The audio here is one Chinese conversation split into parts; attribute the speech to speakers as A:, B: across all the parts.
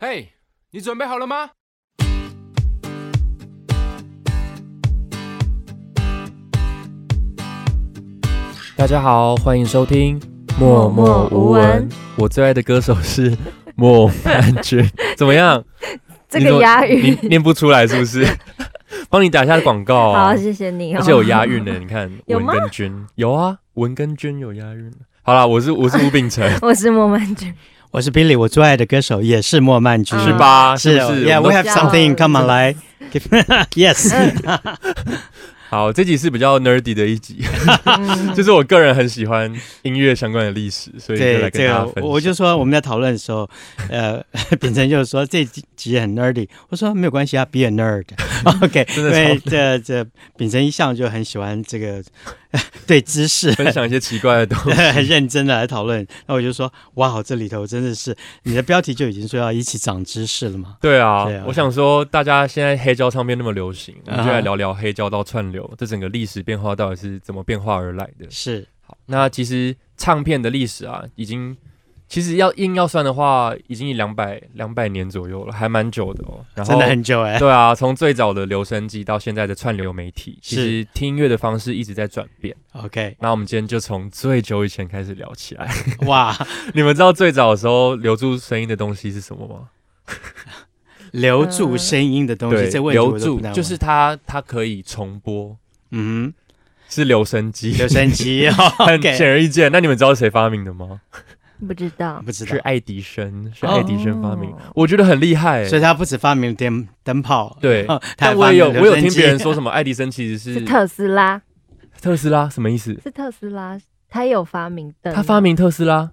A: 嘿、你准备好了吗？
B: 大家好，欢迎收听《
C: 默默无闻》。
B: 我最爱的歌手是 莫曼君，怎么样？
C: 这
B: 你怎
C: 个
B: 么
C: 押韵。
B: 你念不出来是不 是？帮你打一下广告啊
C: 好，！谢谢你哦。
B: 而且有押韵呢，你看
C: 有
B: 文
C: 吗
B: 跟君有啊，文跟君有押韵。好啦，我是我是吴秉承，
C: 我是莫曼君，
D: 我是 Billy，我最爱的歌手也是莫曼君，
C: 嗯
B: 是吧？是
D: 是
B: 不是？
D: ，Yeah，
B: 我们
D: we
B: 都
D: have something. Come on，来 ，Yes，
B: 好，这集是比较 nerdy 的一集，
C: 嗯
B: 就是我个人很喜欢音乐相关的历史，所以就
D: 对
B: 来
D: 这
B: 跟大家
D: 个
B: 分，享。
D: 我就说我们在讨论的时候，呃， 秉承就是说这集集很 nerdy，我说没有关系啊，be a nerd ，OK，
B: 真的
D: 因
B: 超
D: 为这这秉承一向就很喜欢这个对知识
B: 分享一些奇怪的东西。
D: 很认真的来讨论，那我就说哇，这里头真的是你的标题就已经说要一起长知识了嘛，
B: 对啊，
D: 对啊
B: 我想说，大家现在黑胶唱片那么流行，我们就
D: 啊
B: 来
D: 哈
B: 聊聊黑胶到串流，这整个历史变化到底是怎么变化而来的。
D: 是
B: 好，那其实唱片的历史啊，已经其实要硬要算的话，已经两百两百年左右了，还蛮久的哦。然后
D: 真的很久哎，
B: 对啊，从最早的留声机到现在的串流媒体，其
D: 是
B: 实听音乐的方式一直在转变。
D: ，OK，
B: 那我们今天就从最久以前开始聊起来。
D: 哇，
B: 你们知道最早的时候留住声音的东西是什么吗？
D: 留住声音的东西，这问
B: 嗯
D: 题
B: 留
D: 我都
B: 住
D: 不太
B: 就是它，它可以重播，
D: 嗯
B: 是留声机
D: 哼，，留声机哦
B: 很
D: ，OK，
B: 显而易见。那你们知道是谁发明的吗？
C: 不知道。
D: 不知
B: 是啊
D: 道，
B: 爱迪生，是
D: 哦
B: 爱迪生发明，我觉得很厉害欸、
D: 所以他不止发明电灯泡，
B: 对
D: 哦，他还
B: 但我
D: 发
B: 也
D: 明
B: 有我有
D: 留声
B: 听
D: 机
B: 别人说什么爱迪生其实
C: 是
B: 是
C: 特斯拉，
B: 特斯拉，什么意思？
C: 是特斯拉，他有发明灯。
B: 他发明哎特斯拉，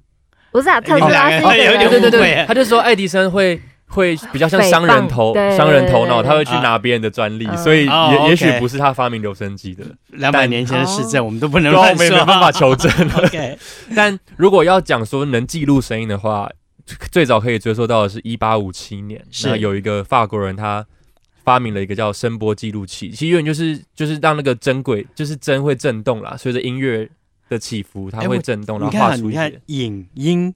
C: 不是啊，特
D: 们
C: 斯拉
D: 两
C: 是一啊
D: 个
C: 个
B: 对
D: 有
C: 人
D: 点
B: 对对
D: 误
B: 对
D: 会，
B: 他就说爱迪生会会比较像
C: 诽谤
B: 商人头
C: 对
B: 商人头脑，
C: 对对对
B: 他会去拿别人的专利，
C: 嗯
B: 所以
D: 啊哦
B: 也也许
D: OK
B: 不是他发明留声机的，
D: 两百年前的市政，我们都不能
B: 然后我
D: 乱
B: 们也哦
D: 说
B: 没办法求证。
D: ，OK，
B: 但如果要讲说能记录声音的话，最早可以追溯到的是一八五七年，
D: 是
B: 那有一个法国人他发明了一个叫声波记录器，其实原本就是就是让那个针轨就是针会震动啦，随着音乐的起伏它
D: 哎
B: 会
D: 我
B: 震动，
D: 你
B: 然后画
D: 看，
B: 出
D: 你
B: 一
D: 看
B: 些，
D: 影音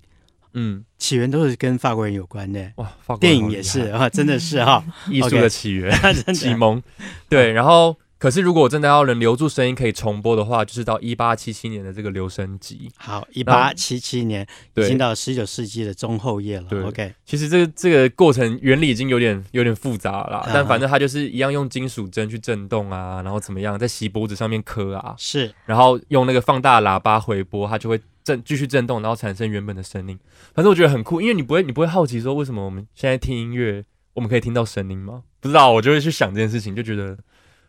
B: 嗯，
D: 起源都是跟法国人有关的，
B: 哇，法国人
D: 电
B: 好
D: 影
B: 厉
D: 也
B: 害
D: 是啊，真的是 哈，
B: 艺术
D: OK
B: 的起源。
D: 真
B: 启
D: 的
B: 蒙，对，然后。可是，如果我真的要能留住声音可以重播的话，就是到一八七七年的这个留声机。
D: 好，一八七七年已
B: 对
D: 经，到十九世纪的中后叶了
B: 对
D: ，OK，
B: 其实这个这个过程原理已经有点有点复杂了啦，
D: 啊
B: 但反正它就是一样用金属针去震动啊，然后怎么样在锡箔纸上面刻啊，
D: 是
B: 然后用那个放大喇叭回波，它就会震继续震动，然后产生原本的声音。反正我觉得很酷，因为你不会你不会好奇说为什么我们现在听音乐我们可以听到声音吗？不知道，我就会去想这件事情，就觉得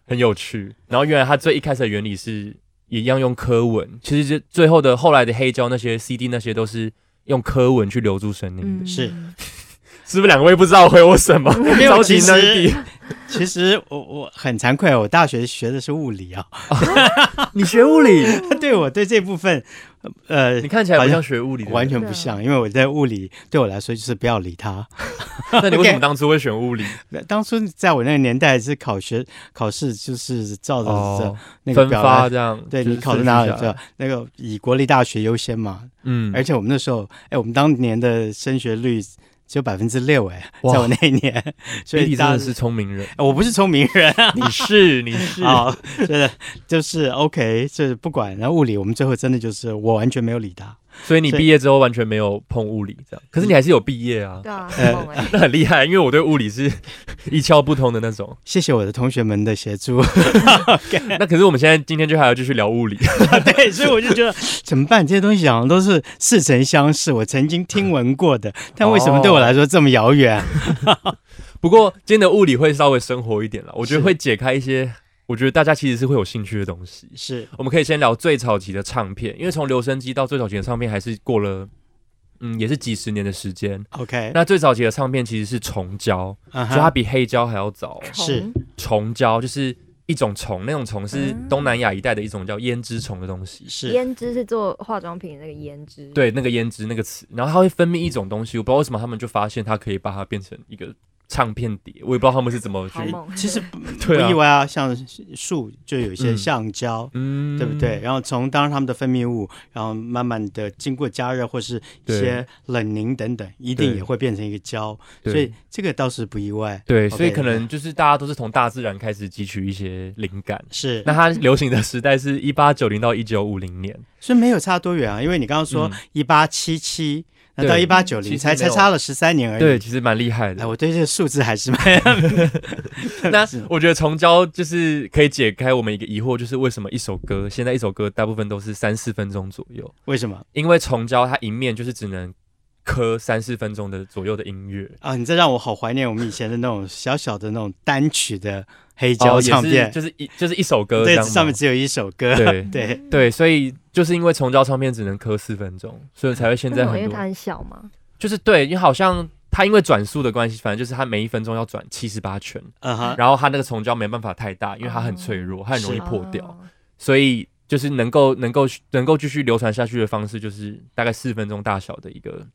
B: 很有趣。然后原来它最一开始的原理是一样用科文，其实这最后的后来的黑胶那些 CD 那些都是用科文去留住声音的。
C: 嗯
D: 是
B: 是不是两位不知道回我什么？
D: 没
B: 着
D: 有
B: 急
D: 其实
B: nerdy
D: 其实我我很惭愧，我大学学的是物理啊，
B: 你学物 理，
D: 对我对这部分，呃
B: 你，看起来不像学物理的，
D: 完全
C: 对
D: 不啊像，因为我在物理对我来说就是不要理它。
B: 那你为什么当初会选物理？
D: 当初在我那个年代是考学考试，就是照着这
B: 哦，
D: 那个
B: 分
D: 表
B: 发
D: 来。
B: 这样，
D: 对
B: 就是
D: 你考的
B: 顺序
D: 哪里
B: 下？来
D: 这那个以国立大学优先嘛，
B: 嗯，
D: 而且我们那时候，哎，我们当年的升学率只有百分之六，哎，
B: 哇
D: 在我那一 年，所
B: 弟弟
D: 以
B: 真
D: 当
B: 的
D: 时
B: 是聪明 人，啊
D: 我不是聪明人啊，
B: 你是你是
D: 好就是就是 OK，就是不管，然后物理我们最后真的就是我完全没有理他，
B: 所以你
D: 所以
B: 毕业之后完全没有碰物理这样，可是你还是有毕业啊，
C: 对啊，很
D: 呃
C: 猛 哎。
B: 那很厉害，因为我对物理是 一窍不通的那 种。
D: 谢谢我的同学们的协助，
B: 那可是我们现在今天就还要继续聊物理，
D: 对，所以我就觉得怎么办？这些东西好像都是似曾相识，我曾经听闻过的，
B: 嗯
D: 但为什么对我来说这么遥
B: 哦
D: 远？
B: 不过今天的物理会稍微生活一点了，我觉得会解开一些，我觉得大家其实是会有兴趣的东西。
D: 是
B: 我们可以先聊最早期的唱片，因为从留声机到最早期的唱片还是过了，嗯，也是几十年的时间。
D: OK，
B: 那最早期的唱片其实是虫胶，
D: 啊
B: 就它比黑胶还要早。哦
D: 是
C: 虫
B: 虫胶就是一种虫，那种虫是
D: 嗯
B: 东南亚一带的一种叫胭脂虫的东西。
D: 是
C: 胭脂是做化妆品的那个胭脂，，
B: 对，那个胭脂那个词，然后它会分泌一种东西，我不知道为什么他们就发现它可以把它变成一个唱片碟，我也不知道他们是怎么去
C: 好，猛。
D: 其实不
B: 对啊
D: 意，外啊，像树就有一些
B: 嗯
D: 橡胶，
B: 嗯
D: 对不对？？然后从当然它们的分泌物，然后慢慢的经过加热或是一
B: 对
D: 些冷凝等等，一定
B: 对
D: 也会变成一个胶，
B: 对
D: 所以这个倒是不意外。
B: 对，
D: OK，
B: 所以可能就是大家都是从大自然开始汲取一些灵感。
D: 是
B: 那，它流行的时代是一八九零到一九五零年，
D: 所以没有差多远啊，因为你刚刚说
B: 嗯
D: 一八七七，那
B: 对
D: 到一八九
B: 其实
D: 零才
B: 没
D: 才
B: 有
D: 差了十三年而已。
B: 对，，其实蛮厉害的
D: 哎，。我对这个数字还是蛮……
B: 那我觉得重教就是呃可以解开我们一个疑惑，就是为什么一首歌现在一首歌大部分都是三四分钟左右，
D: 为什么
B: 因为重教它一面就是只能磕三四分钟的左右的音乐。
D: 啊？你这让我好怀念我们以前的那种小小的那种单曲的黑
B: 哦
D: 胶
B: 也
D: 唱
B: 是
D: 片，
B: 就是一就是一首歌这
D: 对，
B: 样吗
D: 上面只有一首歌。
B: 对
C: 嗯
D: 对，
B: 对，所以就是因为重教唱片只能磕四分钟，所以才会现
C: 为
B: 在
C: 什么？
B: 很
C: 因为
B: 多
C: 它很小嘛。
B: 就是对，因为好像它因为转速的关系，反正就是它每一分钟要转七十八圈，
D: 嗯 哼，
B: 然后它那个虫胶没办法太大，因为它很脆弱，它很容易
D: 是
B: 破掉，
C: 哦
B: 所以就是能够能够能够继续流传下去的方式，就是大概四分钟大小的一个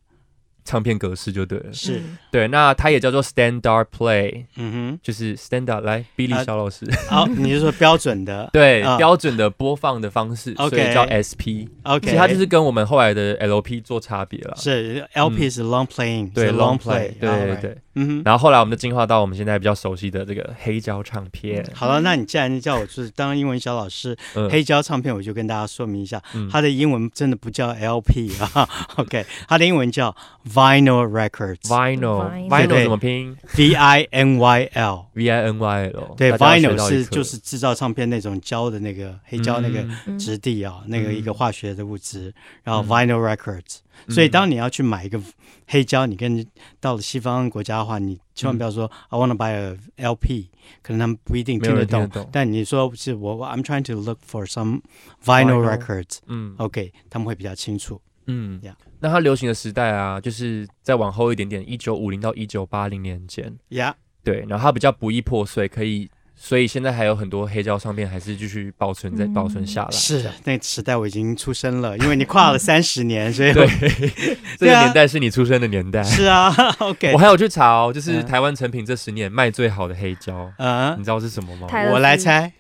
B: 唱片格式就对了。
D: 是，
C: 嗯
B: 对，那它也叫做 standard play，
D: 嗯哼。
B: 就是 standard 来
D: 啊
B: Billy 小老师、
D: 好，你是说标准的
B: 对、
D: 啊
B: 标准的播放的方式，所
D: OK
B: 以叫 SP，
D: ？OK，
B: 其实它就是跟我们后来的 LP 做差别了。
D: 是 LP 是 long playing，
B: 对
D: 是
B: long
D: long
B: play，
D: play，
B: 对对
D: alright
B: 对。
D: 嗯哼。
B: 然后后来我们就进化到我们现在比较熟悉的这个黑胶唱片。
D: 好了，那你既然叫我就是当英文小老师，
B: 嗯
D: 黑胶唱片我就跟大家说明一下，
B: 嗯
D: 它的英文真的不叫 LP 啊 ，OK，它的英文叫 vinyl records，V
B: vinyl
C: Vinyl
B: vinyl 怎么拼
D: I N Y L，
B: ？V I N Y L。
D: 对
B: 大家学
D: ，vinyl
B: 到一
D: 是
B: 课
D: 就是制造唱片那种胶的那个黑胶那个
B: 嗯
C: 嗯
D: 质地啊，那个一个化学的物质，然后
B: 嗯
D: vinyl records，、所以
B: 嗯
D: 当你要去买一个黑胶，你跟到了西方国家的话，你千
B: 嗯
D: 万不要说、I want to buy a LP，可能他们不一定
B: 没
D: 听
B: 有
D: 得
B: 人
D: 懂。
B: 听得懂
D: 但你说是我我，I'm trying to look for some vinyl
B: Vinyl
D: records，OK，、
B: 嗯
D: OK，他们会比较清楚。
B: 嗯
D: Yeah，
B: 那它流行的时代啊，就是再往后一点点，一九五零到一九八零年间。
D: Yeah，
B: 对，然后它比较不易破碎，可以，所以现在还有很多黑胶唱片还是继续保存在
C: 嗯
B: 保存下来。
D: 是那个时代我已经出生了，因为你跨了三十年，所以，
B: 对这
D: 对
B: 个
D: 啊
B: 年代是你出生的年代。
D: 是啊，OK，
B: 我还有去查哦，就是
D: 嗯
B: 台湾成品这十年卖最好的黑胶，
D: 嗯
B: 你，知道是什么吗？
C: 台湾
D: 我来猜，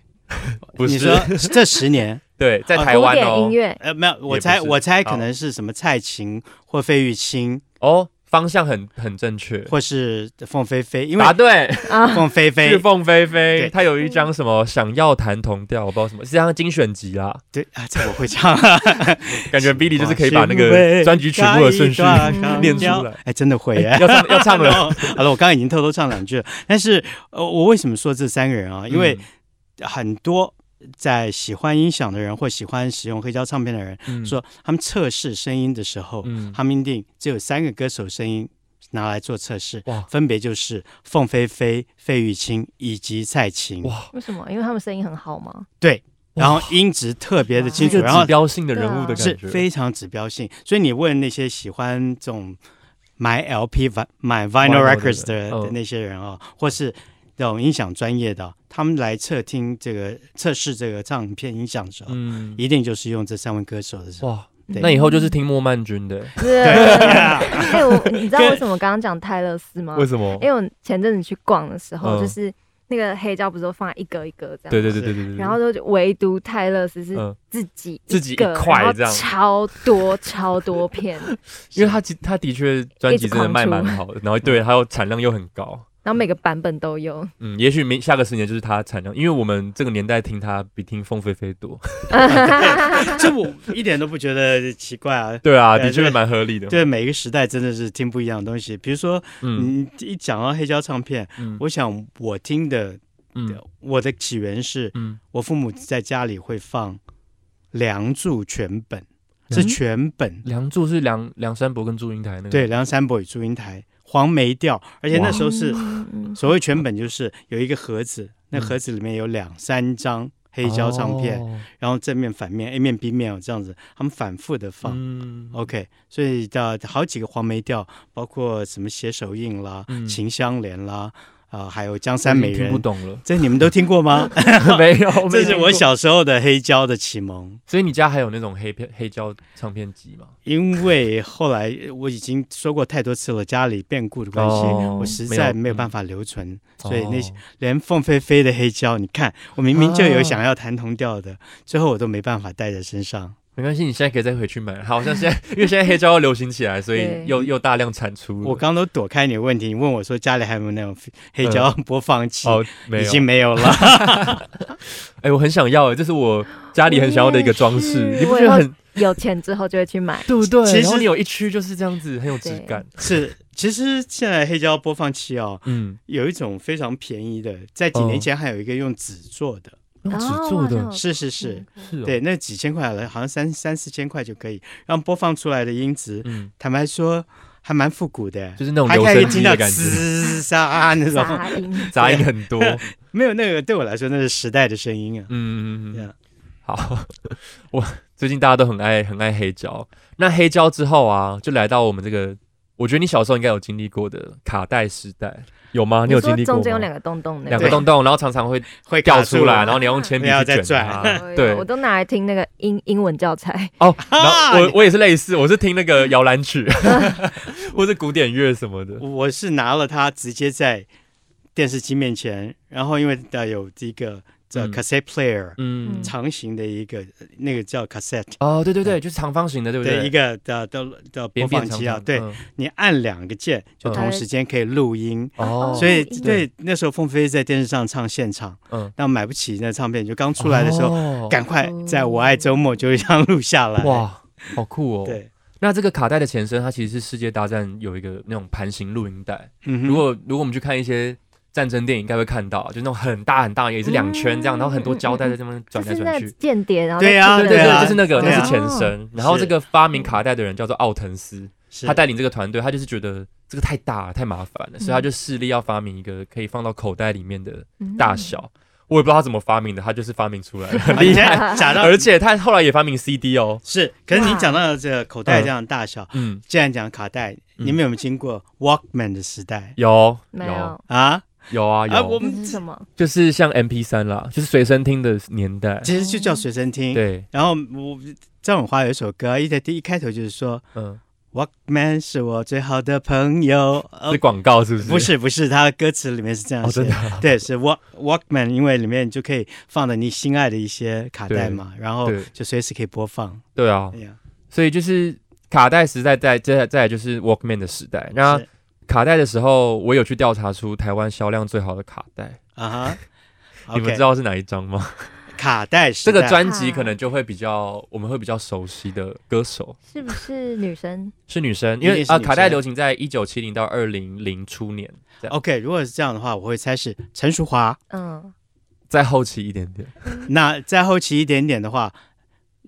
B: 不
D: 你
B: 是
D: 说这十年，
B: 对，在
D: 哦
B: 台
C: 古
B: 湾
C: 典
B: 哦
C: 音，乐
D: 呃，没有，我
B: 也不
D: 猜
B: 是
D: 我猜
B: 好
D: 可能是什么蔡琴或费玉清
B: 哦，方向很很正确，
D: 或是凤飞飞，因为
B: 答对，
C: 啊，
D: 凤飞
B: 是
D: 飞
B: 凤飞
D: 对
B: 飞，她有一张什么想要弹同调，我不知道什么，是她精选集啦，
D: 对啊，这我会唱。
B: 感 觉 Billy 就是可以把那个专辑曲目的顺序念出来，
D: 哎，真的会耶。
B: 要唱要唱了，
D: No，好了，我刚刚已经偷偷唱两句了。但是，呃，我为什么说这三个人啊？因
B: 嗯
D: 为很多在喜欢音响的人或喜欢使用黑胶唱片的人，
B: 嗯
D: 说他们测试声音的时候，
B: 嗯
D: 他们一定只有三个歌手声音拿来做测试，
B: 哇
D: 分别就是凤飞飞、费玉清以及蔡琴。
B: 哇，
C: 为什么？因为他们声音很好嘛。
D: 对，然后音质特别的
B: 一
D: 清楚，
B: 个
D: 然后啊
B: 指标性的人物的
D: 是
B: 感觉，
D: 非常指标性。所以你问那些喜欢这种买 LP、vi- 买 vinyl
B: Vinyl 的
D: records 的
B: 人嗯
D: 的那些人啊、或是那种音响专业的，哦他们来测听这个测试这个唱片音响的时候，
B: 嗯，
D: 一定就是用这三位歌手的时候。
B: 哇，
D: 对
B: 那以后就是听莫曼君的，
C: 对， 哎，我你知道为什么我刚刚讲泰勒斯吗？
B: 为什么
C: 因？为我前阵子去逛的时候，
B: 哦嗯
C: 就是那个黑胶不是都放在一格一格这样，
B: 对对对对对对，
C: 然后就唯独泰勒斯是
B: 嗯，
C: 自己
B: 自己一
C: 个
B: 块
C: 然后
B: 这样
C: 超多超多片，
B: 因为他其他的确专辑真的卖
C: 一直狂
B: 蛮
C: 出
B: 好的，然后对，还有产量又很高。
C: 然后每个版本都 有，
B: 嗯，也许明下个十年就是他产量，因为我们这个年代听他比听凤飞飞多。
D: 这我一点都不觉得奇 怪啊。
B: 对啊，
D: 对
B: 的确
D: 对
B: 蛮合理的。，
D: 对每一个时代真的是听不一样的东西，比如说
B: 嗯
D: 你一讲到黑胶唱片，
B: 嗯
D: 我想我听的，
B: 嗯
D: 我的起源是
B: 嗯，
D: 我父母在家里会放《梁祝》全本，是
B: 嗯
D: 全本，
B: 梁祝是梁梁山伯跟祝英台那个。
D: 对，，梁山伯与祝英台，黄梅调，而且那时候是
C: 嗯嗯
D: 所谓全本，就是有一个盒子，那
B: 嗯
D: 盒子里面有两三张黑胶唱片，
B: 哦
D: 然后正面、反面、A 面、B 面哦，这样子，他们反复的放。
B: 嗯，
D: OK，所以的好几个黄梅调，包括什么携手印啦、
B: 嗯
D: 秦香莲啦，啊、呃，还有江山美
B: 听
D: 人
B: 不，懂 了，
D: 这你们都听 过吗？
B: 没有，
D: 这是我
B: 想。
D: 小时候的黑胶的启蒙。
B: 所以你家还有那种黑片黑胶唱片机吗？
D: 因为后来我已经说过太多次了，家里变故的关系，
B: 哦
D: 我实在
B: 没有
D: 没有办法留存，所以那些
B: 哦
D: 连凤飞飞的黑胶，你看我明明就有
B: 啊
D: 想要弹同调的，最后我都没办法带在身上。
B: 没关系，你现在可以再回去买。好像现在 因为现在黑胶又流行起来，所以
C: 对
B: 又又大量产出了。
D: 我刚都躲开你的问题，你问我说家里还有没有那种黑胶播放器，
B: 嗯哦，没
D: 已
B: 有，
D: 经没有了。
B: 哎、我很想要哎，这是我家里很想要的一个装饰，
C: 我也是
B: 你不觉得很
C: 有钱之后就会去买。
B: 对不对？
D: 其实
B: 然后你有一区就是这样子，很有质感。哦
D: 是，其实现在黑胶播放器哦，
B: 嗯，
D: 有一种非常便宜的，在几年前还有一个用纸做的，
B: 用纸
C: 哦
B: 做
C: 我
B: 的
C: 好，像
D: 是是是，
B: 是哦，
D: 对，那几千块了，好像三三四千块就可以，然后播放出来的音质，
B: 嗯，
D: 坦白说还蛮复古的，
B: 就是那种
D: 还
B: 留
D: 可以
B: 声
D: 听
B: 机
D: 到
B: 的感觉，
D: 滋沙啊那
B: 啊
C: 杂
D: 种，
C: 音，
B: 杂
D: 啊
B: 音很 多。
D: 没有那个对我来说那是时代的声音啊。
B: 嗯嗯嗯
D: Yeah
B: 嗯，好， 我最近大家都很爱很爱黑胶。那黑胶之后啊，就来到我们这个，我觉得你小时候应该有经历过的卡带时代，有吗？你有
C: 说
B: 经历过
C: 中
B: 吗？
C: 间有两个洞洞的，
B: 两个洞 洞，然后常常会
D: 会
B: 掉
D: 卡
B: 出来，
D: 了
B: 然后你要用铅笔
D: 不要
B: 去
D: 再
B: 卷它。
C: 对
B: 对
C: 哎我都拿来听那个英英文教材，
B: 哦，然后我我也是类似，我是听那个摇篮曲， 或是古典乐什么 的。
D: 我是拿了它直接在电视机面前，然后因为呃有这个叫
B: 嗯
D: cassette player
B: 嗯
C: 嗯，
D: 长形的一个那个叫 cassette。
B: 哦，对对对，就是长方形的，对不
D: 对
B: 对？
D: 一个的的的播
B: 扁
D: 放
B: 扁长
D: 机啊，
B: 长。
D: 对
B: 嗯，
D: 你按两个键就同时间可以录音，
B: 哦，
D: 所以
C: 录音
D: 对那时候凤飞在电视上唱现场，
B: 嗯，
D: 但买不起那唱片，就刚出来的时候，
B: 哦
D: 赶快在我爱周末就这样录下来。，
B: 哇，好酷哦。
D: 对，
B: 那这个卡带的前身，它其实是世界大战有一个那种盘形录音带。
D: 嗯哼
B: 如果如果我们去看一些战争电影，应该会看到，就那种很大很大，也是两圈这样，
C: 嗯
B: 然后很多胶带在这边
C: 就
B: 转来
C: 是那
B: 转
C: 个
B: 去。
C: 间谍，然后
D: 对啊
B: 对
C: 在这
B: 对对，
C: 个哦
D: 啊
B: 就是那个，
D: 对啊
B: 那是前身。然后这个发明卡带的人叫做奥滕斯，
D: 是
B: 他带领这个团队，他就是觉得这个太大了，太麻烦
C: 嗯
B: 了，所以他就势力要发明一个可以放到口袋里面的
C: 嗯
B: 大小。我也不知道他怎么发明的，他就是发明出 来了。
D: 厉害，啊讲 到
B: 而且他后来也发明 CD 哦，
D: 是，可是你
C: 哇
D: 讲到这个口袋这样的大小，
B: 嗯，
D: 既然讲卡带，你们有没有经过 Walkman 的时代
B: 有
C: 没
B: 有
C: 有，
D: 啊？
B: 有啊
D: 啊
B: 有，
D: 我
C: 这
D: 们
C: 是什么？
B: 就是像 M P 三啦，就是随身听的年代。
D: 其实就叫随身听。
B: 对，
D: 然后我张永华有一首歌，一在第一开头就是说。
B: 嗯，
D: Walkman 是我最好的朋 友。呃
B: 嗯是，广告是不是？
D: 不，是不是，他歌词里面是这样
B: 哦，
D: 写
B: 真的啊，
D: 对，是 Walk Walkman，因为里面就可以放的你心爱的一些卡带嘛，然后
B: 对
D: 就随时可以播放。
B: 对啊
D: 哎，呀，
B: 所以就是卡带时代在，再再来就是 Walkman 的时代。那
D: 是
B: 卡带的时候，我有去调查出台湾销量最好的卡带，
D: 啊哈，
B: 你们
D: OK，
B: 知道是哪一张吗？
D: 卡带时
B: 这
D: 代
B: 个专辑可能就会比较，我们会比较熟悉的歌手
C: 是不是女生？
B: 是女生，
D: 定
B: 因为
D: 是
B: 啊，
D: 女生
B: 卡带流行在一九七零到二零零初年，这样
D: OK，如果是这样的话，我会猜是陈淑华。
C: 嗯，
B: 再后期一点点。
D: 那再后期一点点的话，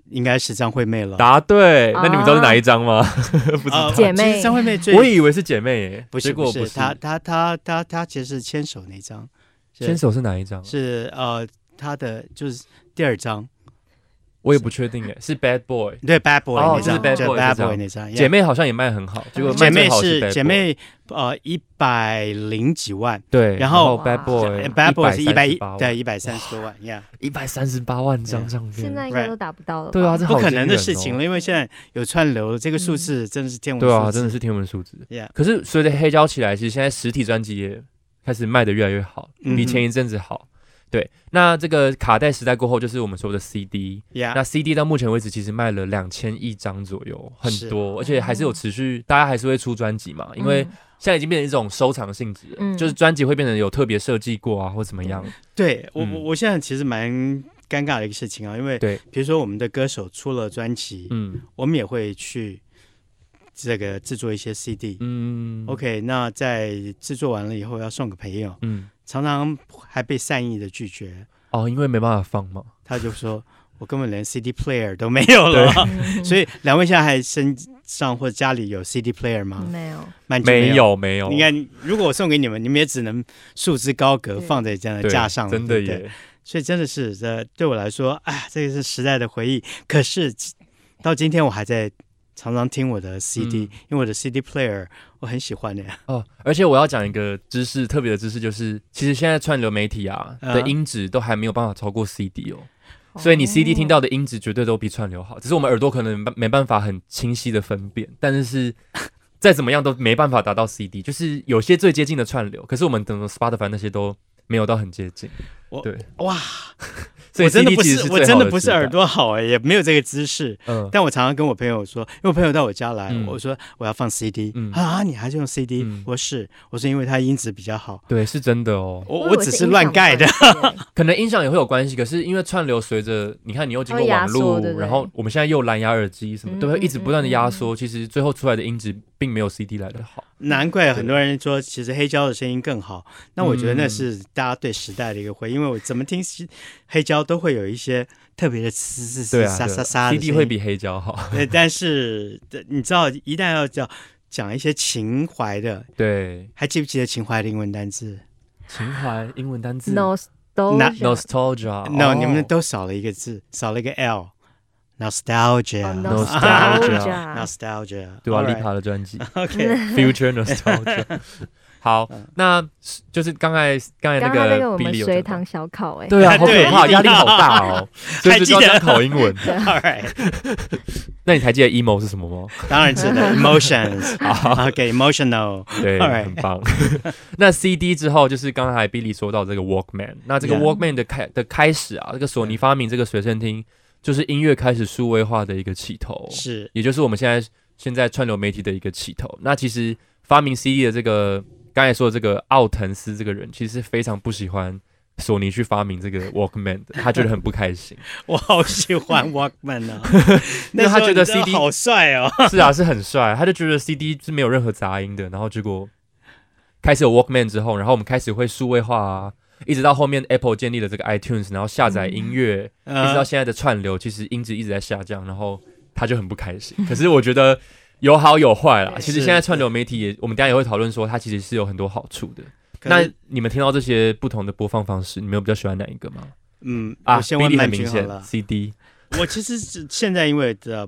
D: 应该是张惠妹了。
B: 答对，那你们知道是
C: 啊
B: 哪一张吗？不知道
D: 呃
C: 姐妹
D: 其实张惠妹最
B: 我以为是姐妹耶，
D: 不
B: 结
D: 是
B: 果
D: 是，
B: 是。
D: 她她她她她其实是牵手那张，是
B: 牵手是哪一张？啊
D: 是呃，他的就是第二张，
B: 我也不确定哎，是 Bad Boy
D: 对 Bad Boy
B: 哦
D: 那张，
C: 就是 Bad
D: 对
B: Boy 那
D: Bad
B: 张
D: Boy 那张，
B: 姐
D: 妹
B: 妹好像也卖很好，结果
D: 啊姐
B: 卖最
D: 妹
B: 好是 Bad
D: 是
B: Boy
D: 姐妹呃一百零几万
B: 对，
D: 然
B: 然
D: 后
B: 后 Bad Boy
D: 呃，Bad Boy 是一百一
B: 138万
D: 对一百三十多万，Yeah，
B: 一百三十八万张唱
C: 现在
B: 片，
C: 应该都打不到
B: 嗯
C: 了吧。
B: 对啊，这
D: 不
B: 好
D: 可能
B: 惊
D: 的
B: 人
D: 事
B: 哦嗯
D: 情了，因为现在有串流，这个数字真的是天文
B: 对啊，
D: 数
B: 真的
D: 字。
B: 是天文数字
D: Yeah。
B: 可是随着黑胶起来，其实现在实体专辑也开始卖的越来越好，
D: 嗯
B: 比前一阵子好。对，那这个卡带时代过后，就是我们说的 CD。那
D: Yeah，
B: CD 到目前为止其实卖了两千亿张左右，很
D: 是哦
B: 多，而且还是有持续，大家还是会出专辑嘛，因为
C: 嗯
B: 现在已经变成一种收藏性质了，
C: 嗯
B: 就是专辑会变成有特别设计过啊，或怎么样。
D: 对我
B: 嗯
D: 我我现在其实蛮尴尬的一个事情啊，因为
B: 对
D: 比如说我们的歌手出了专辑，
B: 嗯
D: 我们也会去这个制作一些 CD。
B: 嗯
D: OK，那在制作完了以后要送给朋友，
B: 嗯，
D: 常常还被善意的拒绝，
B: 哦，因为没办法放嘛，
D: 他就 说：“我根本连 CD player 都没有了。
C: 嗯，”
D: 所以两位现在还身上或者家里有 CD player
B: 嗯
D: 吗？
C: 嗯没有，
D: 曼君
B: 没
D: 有。
B: 有没有，
D: 你看，如果我送给你们，你们也只能束之高阁，
C: 对
D: 放在这样的
B: 对
D: 架上，
B: 真的
D: 对不对
B: 耶，
D: 所以真的是，呃啊这对我来说，哎，这个是时代的回忆。可是到今天我还在常常听我的 CD，、因
B: 嗯
D: 为我的 CD player 我很喜欢的。
B: 哦，而且我要讲一个知识，特别的知识就是，其实现在串流媒体啊
D: 嗯
B: 的音质都还没有办法超过 CD 哦，所以你 CD 听到的音质绝对都比串流好，只是我们耳朵可能没办法很清晰的分辨，但是 是再怎么样都没办法达到 CD，就是有些最接近的串流，可是我们等 Spotify 那些都没有到很接近，
D: 我
B: 对，
D: 哇，
B: 所以
D: 我真的
B: CD
D: 不
B: 其实
D: 是，
B: 是
D: 我
B: 最
D: 真
B: 好
D: 的不是
B: 指导
D: 耳，朵好哎、也没有这个知识。
B: 嗯
D: 但我常常跟我朋友说，因为我朋友到我家来，
B: 嗯
D: 我说我要放 CD，、
B: 嗯
D: 啊，你还是用 CD？、
B: 嗯
D: 我说是，我说因为它音质比较好，
B: 对，是真的哦，
D: 我我只是乱盖的。
C: 的。
B: 可能音响也会有关系，可可是因为串流随着你看你又经过
C: 它会压
B: 网
C: 缩
B: 络
C: 对，不对
B: 然后我们现在又蓝牙耳机什么，
C: 嗯
B: 都会一直不断的压缩，其实最后出来的音质并没有 CD 来的好。
D: 难怪很多人说，其实黑胶的声音更好。那我觉得
B: 嗯
D: 那是大家对时代的一个回应，因为我怎么听西黑胶都会有一些特别的嘶嘶
B: 对
D: 嘶、
B: 啊
D: 沙
B: 对
D: 沙
B: 啊
D: 沙的
B: ，CD
D: 声
B: 会
D: 音
B: 比黑胶好。
D: 对，但是对你知道，一旦要讲讲一些情怀的，
B: 对，
D: 还记不记得情怀的英文单字
B: 情怀英文单字
C: Nostalgia，
B: nostalgia。
D: ？No，、
B: 哦
D: 你们都少了一个字，少了一个 L。Nostalgia，nostalgia，nostalgia，、
C: 哦
B: 啊
C: nostalgia
B: 对啊吧？
D: All
B: 丽
D: right
B: 塔的专 辑
D: OK，
B: Future Nostalgia。好，
D: 嗯
B: 那就是刚才刚才那
C: 刚刚那个
B: 个
C: 我
B: b i
C: 们
B: l
C: 随堂小考哎，
B: 对啊，好可
D: 对
B: 怕，
D: 一定
B: 压力好
D: 要
B: 大 哦，随时都要这样考英文。
D: All right，
B: 那你还记得 emo 是什么 吗？
D: 当然知道 emotions，OK，emotional，、
B: 对
D: Alright
B: 很棒。 那 CD 之后就是刚才 Billy 说到这个 Walkman，那这个
D: Yeah
B: Walkman 的开的开始啊，这个索尼发明这个随身听，就是音乐开始数位化的一个起头，
D: 是
B: 也就是我们现在现在串流媒体的一个起头。那其实发明 CD 的这个刚才说的这个奥滕斯这个人，其实是非常不喜欢。索尼去发明这个 Walkman 的，他觉得很不开心。
D: 我好喜欢 Walkman 哦，
B: 因为
D: 时
B: 他
D: 候
B: 觉得
D: 你知道
B: CD
D: 好帅哦，
B: 是啊，是很帅。他就觉得 CD 是没有任何杂音的，然后结果开始有 Walkman 之后，然后我们开始会数位化啊，一直到后面 Apple 建立了这个 iTunes，然后下载音乐，一直到
D: 呃
B: 现在的串流，其实音质一直在下降，然后他就很不开心。可是我觉得有好有坏啦。
C: 对
B: 其实
D: 是
B: 现在串流媒体也，我们等一下也会讨论说，它其实是有很多好处的。
D: 可
B: 那
D: 能
B: 你们听到这些不同的播放方式，你们有比较喜欢哪一个吗？
D: 嗯，
B: 啊，
D: 我先问
B: Billy 很
D: 曼
B: 明
D: 君好
B: 显
D: 了。
B: ，CD
D: 我其实是现在因为的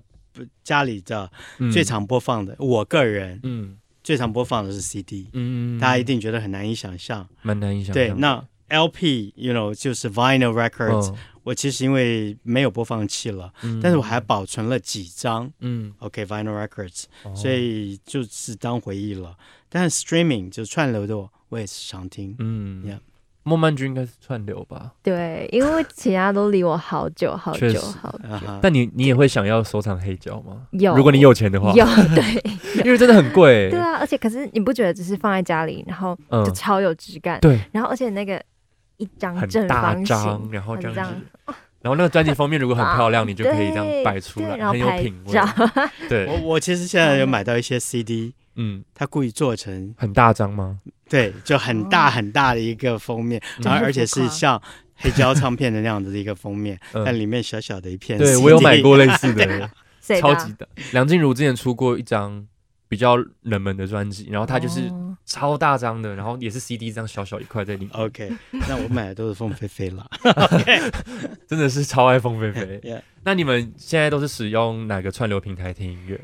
D: 家里的
B: 嗯
D: 最常播放的，我个人
B: 嗯
D: 最常播放的是 CD，、
B: 嗯，
D: 大家一定觉得很难以想象。
B: 蛮难以想象
D: 对
B: 的。，
D: 那 LP，you know，就是 vinyl records，、
B: 嗯
D: 我其实因为没有播放器了，
B: 嗯
D: 但是我还保存了几张
B: 嗯，
D: OK，vinyl、records，、
B: 哦
D: 所以就是当回忆了。但是 streaming 就串流的我，我也是常听。Yeah
B: 嗯，孟曼君应该是串流吧？
C: 对，因为其他都离我好久好
B: 确
C: 久
B: 实
C: 好久。
D: 啊哈，
B: 但你你也会想要收藏黑胶吗？
C: 有
B: 如果你有钱的话，
C: 有 对
B: 因为真的很贵。
C: 对啊，而且可是你不觉得只是放在家里，然后
B: 嗯
C: 就，超有质感，
B: 对，
C: 然后而且那个一张
B: 很
C: 正
B: 大
C: 方
B: 张，
C: 形，
B: 然后
C: 很
B: 这
C: 这
B: 样
C: 样
B: 子，然后那个专辑封面如果很漂亮，你就可以这样
C: 对
B: 摆出
C: 对
B: 来，
C: 然后
B: 很有
C: 拍
B: 品味
C: 照。
D: 我
B: 对，
D: 我其实现在有买到一些 CD，
B: 嗯，
D: 它故意做成
B: 很大张吗？
D: 对，就很大
C: 哦
D: 很大的一个封面，
B: 嗯
D: 然后
C: 真是
D: 而且
C: 浮
D: 是
C: 夸
D: 像黑胶唱片的那样子的一个封面，但
B: 嗯，
D: 里面小小的一片。
B: 对我有买。过类似的，
C: 谁的
B: 超
C: 啊
B: 级的。梁静茹之前出过一张比较冷门的专辑，然后它就是
C: 哦
B: 超大张的，然后也是 CD 这样小小一块在里面，
D: OK，那我买的都是凤飞飞 了。
B: 真的是超爱凤飞飞。
D: Yeah
B: 那你们现在都是使用哪个串流平台听音乐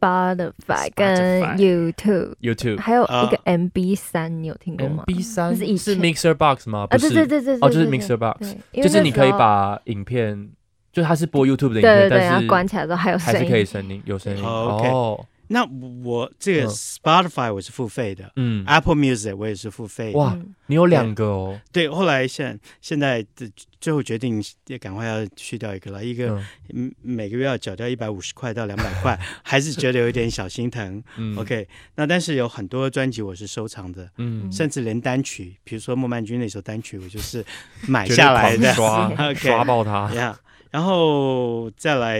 C: Spotify 跟
B: Spotify
C: YouTube，
B: ？YouTube、
C: 还有一个
D: 啊
C: MB 三，你有听过吗？
B: MB 三
C: 那是以
B: 是
C: 前
B: Mixer Box 吗？
C: 啊，
B: 不
C: 对
B: 是，
C: 对对对，
B: 哦，就是
C: 对对
B: Mixer Box，
C: 对因为
B: 就是你
C: 那时
B: 可
C: 候
B: 以把影片，就是它是播 YouTube 的影
C: 对对
B: 片，
C: 对，然
B: 但
C: 后
B: 是
C: 关起来之后还有
B: 还
C: 声
B: 是可以
C: 音，嗯
B: 声音，有声音。
D: 哦，OK
B: 哦，
D: 那我这个
B: 嗯
D: Spotify 我是付费的
B: 嗯，
D: ，Apple Music 我也是付费。
B: 哇
C: 嗯
B: 你有两个哦，
D: 对，后来现现在的最后决定也赶快要去掉一个了，一个
B: 嗯
D: 嗯每个月要缴掉一百五十块到两百块， 还是觉得有一点小心疼。
B: 嗯
D: OK，那但是有很多专辑我是收藏的，
B: 嗯，
D: 甚至连单曲，比如说莫曼君那首单曲，我就是买
B: 绝对
D: 下来
B: 狂啊
D: 的。
B: 刷
D: OK
B: 刷爆它，
D: 呀，然后再来，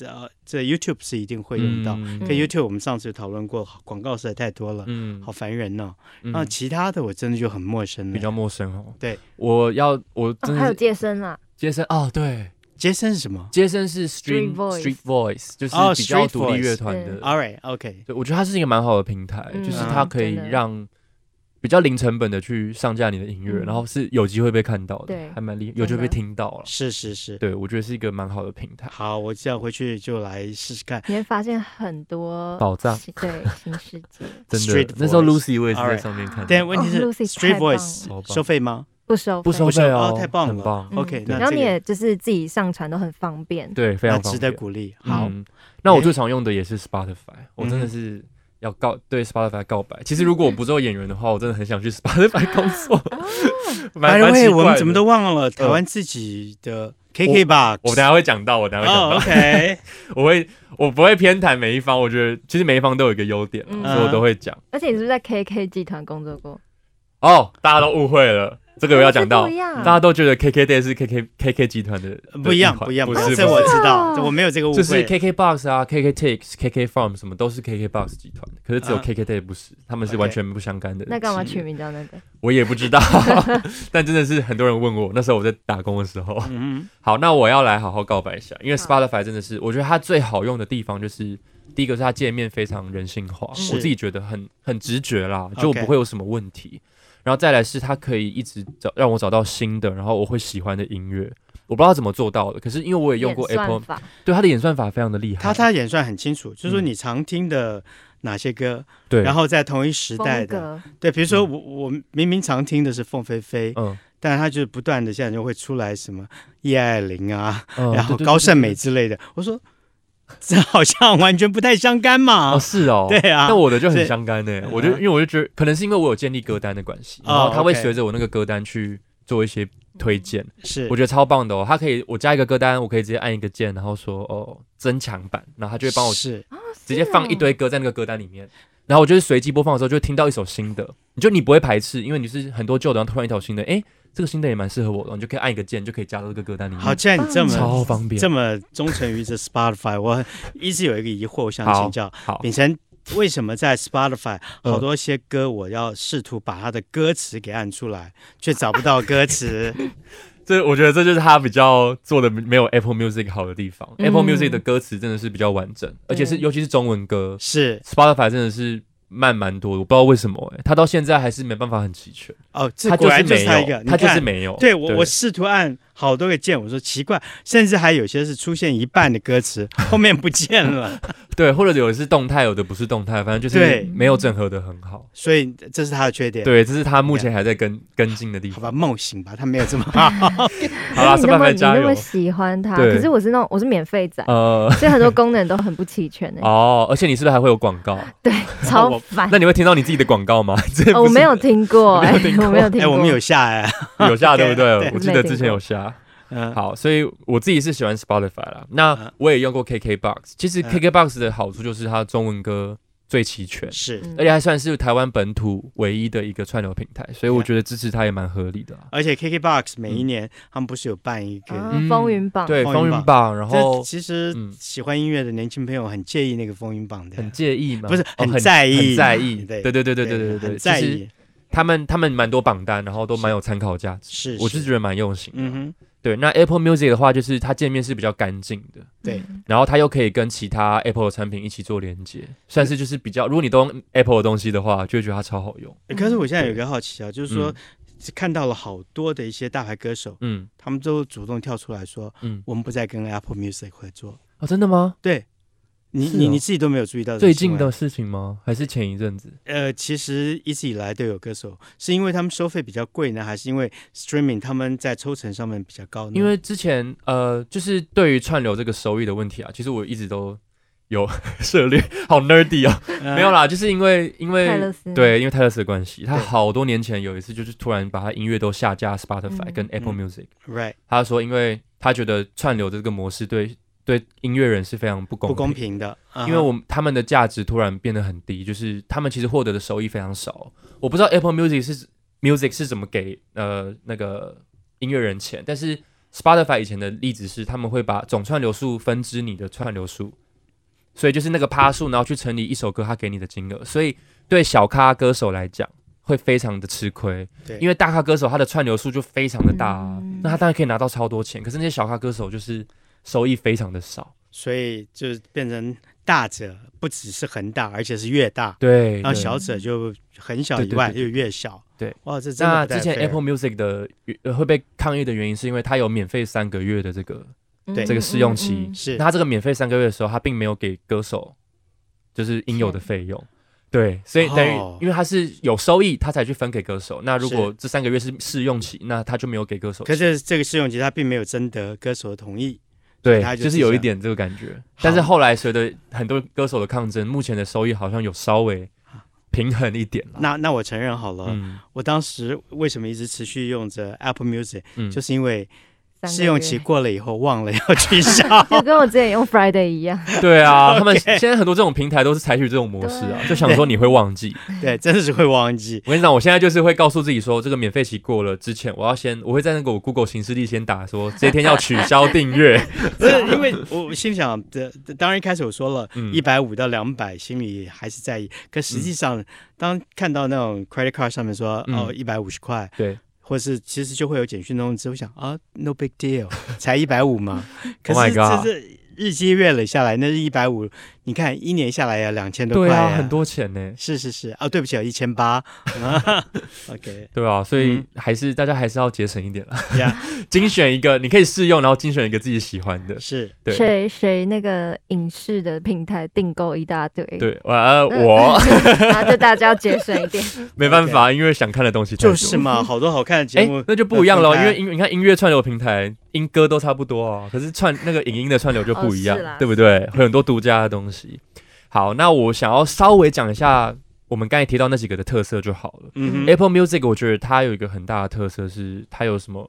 D: 呃，这 YouTube 是一定会用到。
B: 嗯
D: 跟
C: 可以
D: YouTube 我们上次有讨论过，广告实在太多了，
B: 嗯
D: 好烦人哦。
B: 嗯
D: 那其他的我真的就很陌生了。
B: 比较陌生哦。
D: 对，
B: 我要我
C: 哦
B: 真
C: 还
B: 的
C: 有
B: 是
C: 接生啊，
B: 杰森哦，对，
D: 杰森是什么
B: 杰森是 Street
C: Street Voice
B: Street Voice，就是
D: 哦
B: 比较
D: Street 啊
B: 独立乐团
C: Voice，
B: 的。
D: ？All right，OK，、啊
B: 对，我觉得它是一个蛮好的平台，
C: 嗯
B: 就是它可以
C: 真的
B: 让比较零成本的去上架你的音乐，
C: 嗯
B: 然后是有机会被看到的，
C: 对
B: 还蛮厉害，
C: 的
B: 有机会被听到了。
D: 是是是，
B: 对，我觉得是一个蛮好的平台。
D: 好，我这样回去就来试试看。
C: 你会发现很多
B: 宝藏
C: 新，对新世界
B: 真
D: Street
B: 的，那时候
D: Voice
B: Lucy 我也是
D: Alright
B: 在上面看的，
D: 但问题是
C: 哦，Lucy 太
D: Street
C: 棒了
B: 好
D: Voice
B: 嗯棒
D: 收费吗？
C: 不收
B: 不
C: 费
B: 收费哦
D: 哦，太棒了
B: 很棒，
C: 嗯
D: OK，那
C: 然后
D: 这
C: 你
D: 个
C: 也就是自己上传都很方便，
B: 对，非
D: 那
B: 常方
D: 值
B: 便
D: 得鼓励。好，哎
B: 嗯那我最常用的也是 Spotify，我真
D: 嗯
B: 的是要告对 Spotify 告白。其实如果我不做演员的话，我真的很想去 Spotify 工作，
C: 嗯
B: 蛮
D: By the
B: 蛮
D: way，
B: 奇怪的。嗯
D: 我们怎么都忘了台湾自己的 KK 吧？
B: 我等一下会讲到，我等一下会讲
D: 哦
B: 到。
D: ，OK，
B: 我会我不会偏袒每一方，我觉得其实每一方都有一个优点啊，
C: 嗯
B: 所以我都会讲。
C: 而且你是不是在 KK 集团工作过？
B: 哦，大家都误会了，这个我要讲
C: 哦
B: 到
C: 这不一，样
B: 大家都觉得 KKday 是 KK KK 集团的
D: 呃不一样，
B: 的
D: 不一样，
B: 不是
D: 这
B: 不
D: 我
B: 是。
D: 知道，
C: 哦
D: 这我没有这个误
B: 就是
D: 会。
B: KKBox 啊、KKTix、KKFarm 什么都是 KKBox 集团，可是只有
D: 啊
B: KKday 不是，他们是
D: OK
B: 完全不相干的。
C: 那干嘛取？名叫那个？
B: 我也不知道， 但真的是很多人问我，那时候我在打工的时候。
D: 嗯
B: 好，那我要来好好告白一下，因为
C: 好
B: Spotify 真的是，我觉得它最好用的地方就是，第一个是它界面非常人性化，
D: 是
B: 我自己觉得很很直觉啦，
D: OK
B: 就我不会有什么问题。然后再来是它可以一直找让我找到新的，然后我会喜欢的音乐。我不知道怎么做到的，可是因为我也用过
C: 演算
B: Apple，
C: 法，
B: 对它的演算法非常的厉害。
D: 他他演算很清楚，就是说
B: 嗯
D: 你常听的哪些歌，
B: 对，
D: 然后在同一时代
C: 风
D: 的，
C: 格哦
D: 对，比如说
B: 嗯
D: 我我明明常听的是凤飞飞，
B: 嗯
D: 但他就是不断的现在就会出来什么叶爱玲啊，
B: 嗯，
D: 然后
B: 对对
D: 高胜美
B: 对对
D: 之类的，我说这好像 完全不太相干
B: 哦
D: 嘛，
B: 是哦，
D: 对啊
B: 但我的就
D: 所
B: 很
D: 以
B: 相干呢、
D: 嗯
B: 我就因为我就觉得，可能是因为我有建立歌单的关系，
D: 哦
B: 然后它会
D: OK
B: 随着我那个歌单去做一些推荐。
D: 是
B: 我觉得超棒的哦，它可以我加一个歌单，我可以直接按一个键，然后说哦增强版，然后它就会帮我
D: 是啊
B: 直接
C: 哦
B: 放一堆歌在那个歌单里面，然后我就是随机播放的时候就会听到一首新的，你就你不会排斥，因为你是很多旧的，然后突然一条新的，诶，这个新的也蛮适合我的，你就可以按一个键就可以加到这个歌单里
D: 好，
B: 面，
D: 既然你这
C: 棒
D: 么
B: 超方便。
D: 这么忠诚于这 Spotify，我一直有一个疑惑，我想
B: 好
D: 请教
B: 好，
D: 秉承为什么在 Spotify
B: 嗯
D: 好多些歌，我要试图把它的歌词给按出来，却找不 到歌词？
B: 这我觉得这就是它比较做的没有 Apple Music 好的地方。
C: 嗯
B: Apple Music 的歌词真的是比较完整，而且是尤其是中文歌
D: 是
B: ，Spotify 真的是慢蛮多的，我不知道为什么、诶，它到现在还是没办法很齐全。
D: 哦，这
B: 他
D: 果
B: 就
D: 然
B: 是
D: 就
B: 没
D: 是它一个
B: 有，，他就
D: 你看
B: 是。没有。
D: 对我，我试图按好多个键，我说奇怪，甚至还有些是出现一半的歌词，后面不见了，
B: 对，或者有的是动态，有的不是动态，反正就是
D: 对
B: 没有整合的很好。
D: 所以这是它的缺点。，
B: 对，这是他目前还在跟跟进的地
D: 好
B: 方。
D: 吧，梦醒吧，它没有 这么好。
B: 好啦
C: 哎你那么
B: Spotify
C: 你
B: 加
C: 那么
B: 油。
C: 喜欢它，
B: 对
C: 可是我是那种我是免费仔，
B: 呃，
C: 所以很多功能都很不齐全呢。
B: 哦，而且你是不是还会有广 告？
C: 对，超
D: 我
C: 烦
B: 那。你会听到你自己的广 告吗？这
C: 哦
B: 不
C: 我
B: 是
C: 没有听过， 哎，我没有听
D: 哎，
C: 过。
D: 我们有下哎，
B: 有下，对不
D: 对
B: 对？我记
C: 没
B: 得
C: 听
B: 之前
C: 过
B: 有下。
D: 嗯，
B: 好，所以我自己是喜欢 Spotify 啦。
D: 嗯
B: 那我也用过 KKBox，其实
D: 嗯
B: KKBox 的好处就是它中文歌最齐全，
D: 是，
C: 嗯
B: 而且还算是台湾本土唯一的一个串流平台，所以我觉得支持它也蛮合理的啊。
D: 而且 KKBox 每一年他们不是有办一个
C: 啊
B: 嗯
C: 风云榜，
B: 对，
D: 风
B: 风
D: 云
B: 云榜，然
D: 这
B: 后
D: 其实
B: 嗯
D: 喜欢音乐的年轻朋友很介意那个风云榜的，
B: 很介意嘛，
D: 不是
B: 哦
D: 很在意
B: 很在意，
D: 对
B: 对对对对对对对
D: 很
B: 对，
D: 在
B: 其实
D: 意。
B: 他们他们蛮多榜单，然后都蛮有参考价值，
D: 是，
B: 我是觉
D: 得，
B: 得蛮用心的。
D: 嗯哼，
B: 对，那 Apple Music 的话，就是它界面是比较干净的，
D: 对
B: 然后它又可以跟其他 Apple 的产品一起做连接，算是就是比较，如果你都用 Apple 的东西的话，就会觉得它超好用。
D: 可是我现在有一个好奇啊，就是说
B: 嗯
D: 看到了好多的一些大牌歌手，
B: 嗯
D: 他们都主动跳出来说，
B: 嗯，
D: 我们不再跟 Apple Music 合作。
B: 哦，真的吗？
D: 对，你
B: 是
D: 你
B: 哦
D: 你自己都没有注意到这个
B: 最
D: 新
B: 近
D: 闻
B: 的？事情吗？还是前一阵子？
D: 呃，其实一直以来都有歌手，是因为他们收费比较贵呢，还是因为 streaming 他们在抽成上面比较高呢？
B: 因为之前呃，就是对于串流这个收益的问题啊，其实我一直都有 涉猎，好 nerdy 哦。没
D: 没
B: 有啦，就是因为因
C: 嗯泰勒
B: 为
C: 斯
B: 对，因为泰勒斯的关系，他
D: 对
B: 好多年前有一次就是突然把他音乐都下架 Spotify
C: 嗯
B: 跟 Apple
D: 嗯
B: Music，、
D: ，right
B: 他说因为他觉得串流的这个模式对对音乐人是非常不公
D: 不
B: 平
D: 公平的，啊
B: 因为我们他们的价值突然变得很低，就是他们其实获得的收益非常少。我不知道 Apple Music 是 Music 是怎么给呃那个音乐人钱，但是 Spotify 以前的例子是他们会把总串流数分之你的串流数，所以就是那个趴数，然后去乘以一首歌他给你的金额，所以对小咖歌手来讲会非常的吃亏
D: 对，
B: 因为大咖歌手他的串流数就非常的大、啊，
C: 嗯
B: 那他当然可以拿到超多钱，可是那些小咖歌手就是收益非常的少。
D: 所以就变成大者不只是很大，而且是越大，
B: 对，
D: 然后
B: 哎对
D: 小者就很小
B: 对
D: 以
B: 对
D: 外
B: 对
D: 就越小。
B: 对，
D: 哇，这真的
B: 那
D: 不太
B: 之前
D: fair
B: Apple Music 的呃会被抗议的原因，是因为它有免费三个月的这个，
D: 对
B: 这个试用期
C: 嗯嗯嗯
D: 是
B: 那它这个免费三个月的时候，它并没有给歌手就是应有的费用，对，所以等于、
D: 嗯哦
B: 因为它是有收益，它才去分给歌手。那如
D: 是
B: 果这三个月是试用期，那它就没有给歌手钱，
D: 可是这个试用期他并没有征得歌手的同意，
B: 对
D: 它，就
B: 就是
D: 是
B: 有
D: 这
B: 一
D: 样
B: 点这个感觉。
D: 好
B: 但是后来随着很多歌手的抗争，目前的收益好像有稍微平衡一点了。
D: 那那我承认好了，
B: 啊嗯
D: 我当时为什么一直持续用着 Apple Music，、
B: 嗯，
D: 就是是因为
C: 三个
D: 试用
C: 月
D: 期过了以后忘了要取消。
C: 就跟我之前用 Friday 一样，
B: 对啊， 他们现在很多这种平台都是采取这种模式啊，
C: 对
B: 就想说你会忘记。
D: 对，真的是会忘记。
B: 我跟你讲，我现在就是会告诉自己说，这个免费期过了之前，我要先，我会在那个我 Google 行事历先打说，这一天要取消订 阅。
D: 不是因为我我心想，这这当然一开始我说了
B: 嗯
D: 一百五到两百，心里还是在意。可实际上，当看到那种 credit card 上面说、
B: 嗯
D: 哦一百五十块，
B: 对，
D: 或是其实就会有简讯通知，我想啊，no big deal，才一百五嘛。可
B: Oh my
D: 是这
B: God
D: 是日积月累下来，那是一百五，你看一年下来要两千多
B: 对
D: 块、
B: 啊，很。多钱呢。
D: 是是是啊，对不起啊，一 千八。OK，
B: 对啊，所以
D: 嗯
B: 还是、大家还是要节省一点啦。
D: 呀、
B: 精选一个你可以试用，然后精选一个自己喜欢的。
D: 是
B: 对
C: 谁谁那个影视的平台订购一大堆，，嗯
B: 对，我、呃、我
C: 然后就大家要节省一 点，
B: 没办法，因为想看的东西太多
D: 就是嘛，好多好看的节
B: 哎
D: 目，。
B: 那就不一样喽，
D: 分
B: 因
D: 开
B: 为音你看音乐串流平台，音歌都差不多啊，可是串那个影音的串流就不一样，
C: 哦是啦
B: 对不对？会有很多独家的东西。好，那我想要稍微讲一下我们刚才提到那几个的特色就好了。
D: 嗯哼
B: Apple Music 我觉得它有一个很大的特色是它有什么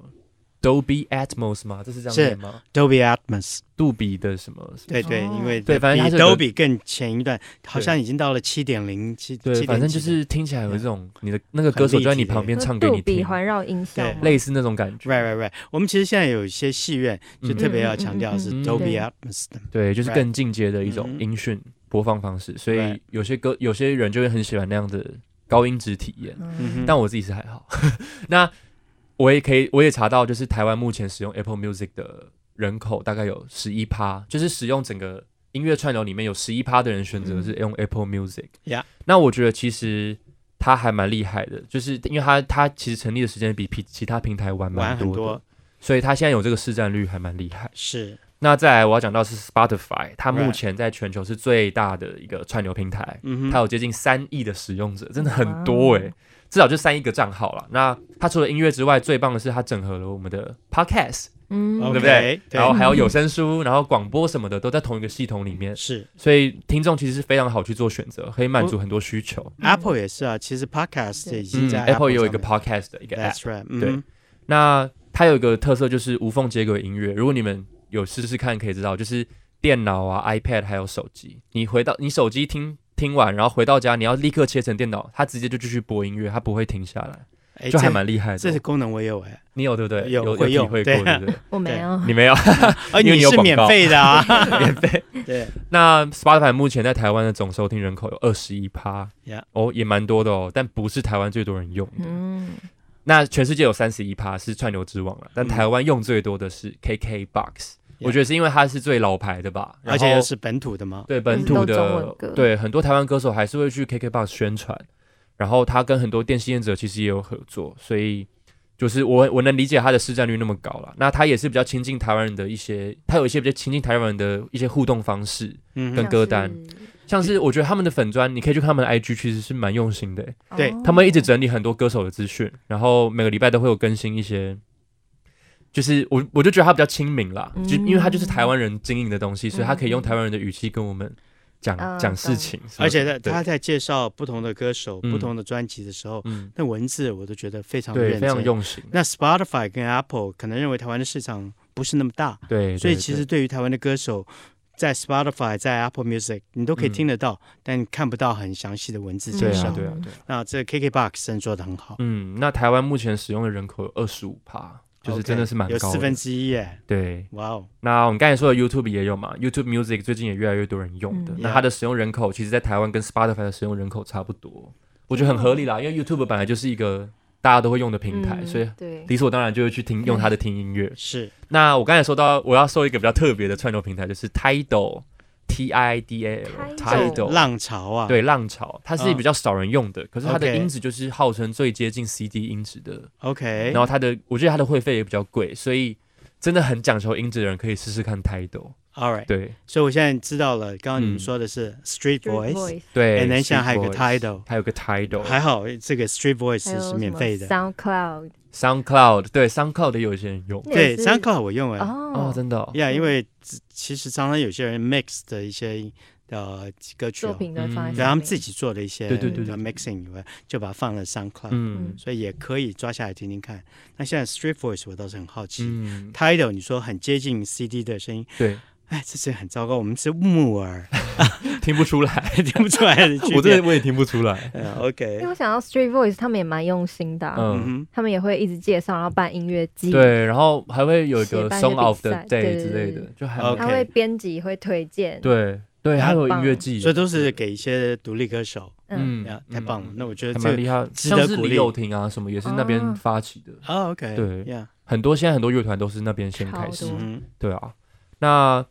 B: Dolby Atmos 吗？这是这样
D: 是
B: 念吗？
D: ，Dolby Atmos。
B: 杜比的什么？
D: 对对，
C: 哦
D: 因为
B: 对反正它
D: 比
B: 是有
D: 都比更前一段，好像已经到了七点零七，
B: 对，
D: 7.0
B: 反正就是听起来有一种你的那个
D: 很
B: 歌手
D: 立
B: 就在
D: 体
B: 你
D: 的
B: 旁边唱给
C: 杜
B: 你
C: 比
B: 听，
C: 环绕音效
D: 对
C: 嘛，
B: 类似那种感觉。
D: right right right。我们其实现在有一些戏院就
B: 嗯
D: 特别要强调是
B: 嗯嗯嗯嗯
D: Dolby
C: 对
D: Atmos 的
B: 对，就是
D: Right
B: 更进阶的一
D: 嗯
B: 种
D: 哼
B: 音讯播放方式，所
D: Right
B: 以有些歌有些人就会很喜欢那样的高音质体验，
C: 嗯，
D: 哼
B: 但我自己是还好。 那我也可以，我也查到，就是台湾目前使用 Apple Music 的人口大概有十一趴，就是使用整个音乐串流里面有十一趴的人选择是用 Apple Music。
D: 嗯 Yeah
B: 那我觉得其实它还蛮厉害的，就是因为它它其实成立的时间比其其他平台晚蛮
D: 玩很
B: 多的，
D: 多
B: 所以它现在有这个市占率还蛮厉害。
D: 是
B: 那再来我要讲到是 Spotify，它
D: Right
B: 目前在全球是最大的一个串流平台，
D: 嗯
B: 它
D: 哼，
B: 有接近三亿的使用者，真的很多诶、
C: 哇
B: 至少就三亿个账号了。那它除了音乐之外，最棒的是它整合了我们的 Podcast，
C: 嗯，
D: OK，
B: 对不对？
D: 对
B: 然后还有有声书，然后广播什么的都在同一个系统里面，
D: 是
B: 所以听众其实是非常好去做选择，可以满足很多需求。
D: Apple 也是啊，其实 Podcast
C: 对
D: 已经
B: 嗯
D: 在
B: ，Apple 也有一个
D: 上
B: Podcast 的一个
D: 面
B: App，
D: That's right，
B: 对
D: 嗯哼
B: 那它有一个特色就是无缝接轨音乐，如果你们有试试看，可以知道，就是电脑啊、iPad 还有手机，你回到你手机听听完，然后回到家，你要立刻切成电脑，它直接就继续播音乐，它不会停下来，
D: 哎，
B: 就还
D: 这
B: 蛮厉害
D: 这
B: 的
D: 是。功能我有哎，
B: 你有对不对？
D: 有
B: 有
D: 会
B: 体
D: 用
B: 会过
D: 对啊
B: 对不对？
C: 我没有，
B: 你没 有。
D: 而
B: 因为
D: 哦你
B: 你有
D: 是
B: 广
D: 免
B: 告
D: 费的啊， 免费，对，
B: 那 Spotify 目前在台湾的总收听人口有二十一趴
D: Yeah，
B: 哦，也蛮多的哦，但不是台湾最多人用的。
C: 嗯，
B: 那全世界有三十一趴是串流之王了，但
D: 嗯
B: 台湾用最多的是 KKBox，、
D: Yeah
B: 我觉得是因为它是最老牌的吧，
D: 而且又
B: 又
D: 是本土的嘛，
B: 对本土
C: 都中文
B: 的
C: 歌，
B: 对很多台湾歌手还是会去 KKBox 宣传，然后他跟很多电信业者其实也有合作，所以就是我我能理解他的市占率那么高了。那他也是比较亲近台湾人的一些，他有一些比较亲近台湾人的一些互动方式，
D: 嗯
B: 跟
D: 哼，
B: 歌单像是我觉得他们的粉砖，你可以去看他们的 IG，其实是蛮用心的欸、
C: 像是，
D: 对
C: 哦
B: 他们一直整理很多歌手的资讯，然后每个礼拜都会有更新一些，就是我我就觉得他比较亲民啦，
C: 嗯
B: 就因为他就是台湾人经营的东西，所以他可以用台湾人的语气跟我们讲、
C: 嗯
B: 讲事情，
D: 而且呢，
B: 对
D: 他在介绍不同的歌手、
B: 嗯
D: 不同的专辑的时候，
B: 嗯，
D: 那文字我都觉得非常
B: 对，
D: 认
B: 非常
D: 真
B: 用心，
D: 那 Spotify 跟 Apple 可能认为台湾的市场不是那么大，
B: 对，
D: 所以
B: 对
D: 其
B: 对
D: 实对于台湾的歌手，在 Spotify、在 Apple Music 你都可以
B: 嗯
D: 听得到，但看不到很详细的文字介
B: 对
D: 绍。
B: 啊
C: 嗯
B: 对啊对啊，
D: 那这 KKBox 真的做的很好，
B: 嗯，那台湾目前使用的人口有二十五趴，就是真的是蛮
D: OK，有
B: 高
D: 四分
B: 的，
D: 之一耶，
B: 对。
D: 哇哦，
B: 那我们刚才说的 YouTube 也有嘛，YouTube Music 最近也越来越多人用的。
C: 嗯
B: 那它的使用人口，其实在台湾跟 Spotify 的使用人口差不多，我觉得很合理啦，因为 YouTube 本来就是一个大家都会用的平台，
C: 嗯
B: 所以
C: 对，
B: 理所当然就会去听用它的听音乐。
D: 是
B: 那我刚才说到，我要说一个比较特别的串流平台，就是 Tidal。 T I D A L
C: Tidal
B: ，Tidal
D: 浪潮啊，
B: 对浪潮，它是
D: 嗯
B: 比较少人用的，可是它的
D: OK
B: 音质就是号称最接近 CD 音质的，
D: ，OK，
B: 然后它的我觉得它的会费也比较贵，所以真的很讲求音质的人可以试试看 Tidal。
D: All right，
B: 对
D: 所以我现在知道了，刚刚你们
B: 嗯
D: 说的是 Street Voice，
C: Voice，
B: 对，
D: 哎南翔
B: Street
D: 还有个
B: Voice
D: Tidal
B: 还有个 Tidal，
D: 还好这个 Street
C: 还
D: Voice
C: 有
D: 是
C: 什
D: 免
C: 么
D: 费的。
C: SoundCloud，
B: SoundCloud，对 SoundCloud 也有些人用。
C: 那
D: 对
C: 也是
D: ，SoundCloud 我用哎，
B: 哦
C: 哦，，
B: 真的哦，
D: 呀，
C: 嗯
D: 因为其实常常有些人 mix 的一些呃歌曲
C: 作
D: 哦，
C: 品都会放在
B: 嗯
C: 上面
D: 对他们自己做的一些
B: 对对对
D: 呃
B: 对
D: mixing 以外，就把它放了 SoundCloud，
B: 嗯
D: 所以也可以抓下来听听看。那现在 Street Voice 我倒是很好奇
B: 嗯，
D: ，Tidal 你说很接近 CD 的声音，
B: 对，
D: 哎，这是很糟糕，我们是木耳，
B: 听不出来，
D: 听 不出来的区别。
B: 我这我也听不出来。
D: 呃
C: 因为
D: OK，
C: 我想到 Street Voice，他们也蛮用心的啊、
D: 嗯
B: 嗯，
D: 哼，
C: 他们也会一直介绍，然后办音乐季，，
B: 对，然后还会有一
C: 协
B: 嗯个
C: 办一
B: Song
C: 些
B: of
C: 比
B: the
C: 赛对
B: Day
C: 对
B: 之
C: 对
B: 类
C: 对
B: 的
C: 对，
B: 就还
D: 好
B: 蛮
C: 他
D: OK
C: 会编辑会推荐，，
B: 对对，还有音乐季，
D: 所以都是给一些独立歌手，
C: 嗯，
D: 呀，太棒了。那我觉得
B: 还
D: 这
B: 蛮
D: 个
B: 厉害，
D: 值得
B: 像是
D: 鼓励
B: 李友廷啊什么，也是那边
C: 哦
B: 发起的。
D: 啊，OK，
B: 对
D: 呀，
B: 很多现在很多乐团都是那边先开始
C: 超多，
D: 嗯，
B: 对啊。那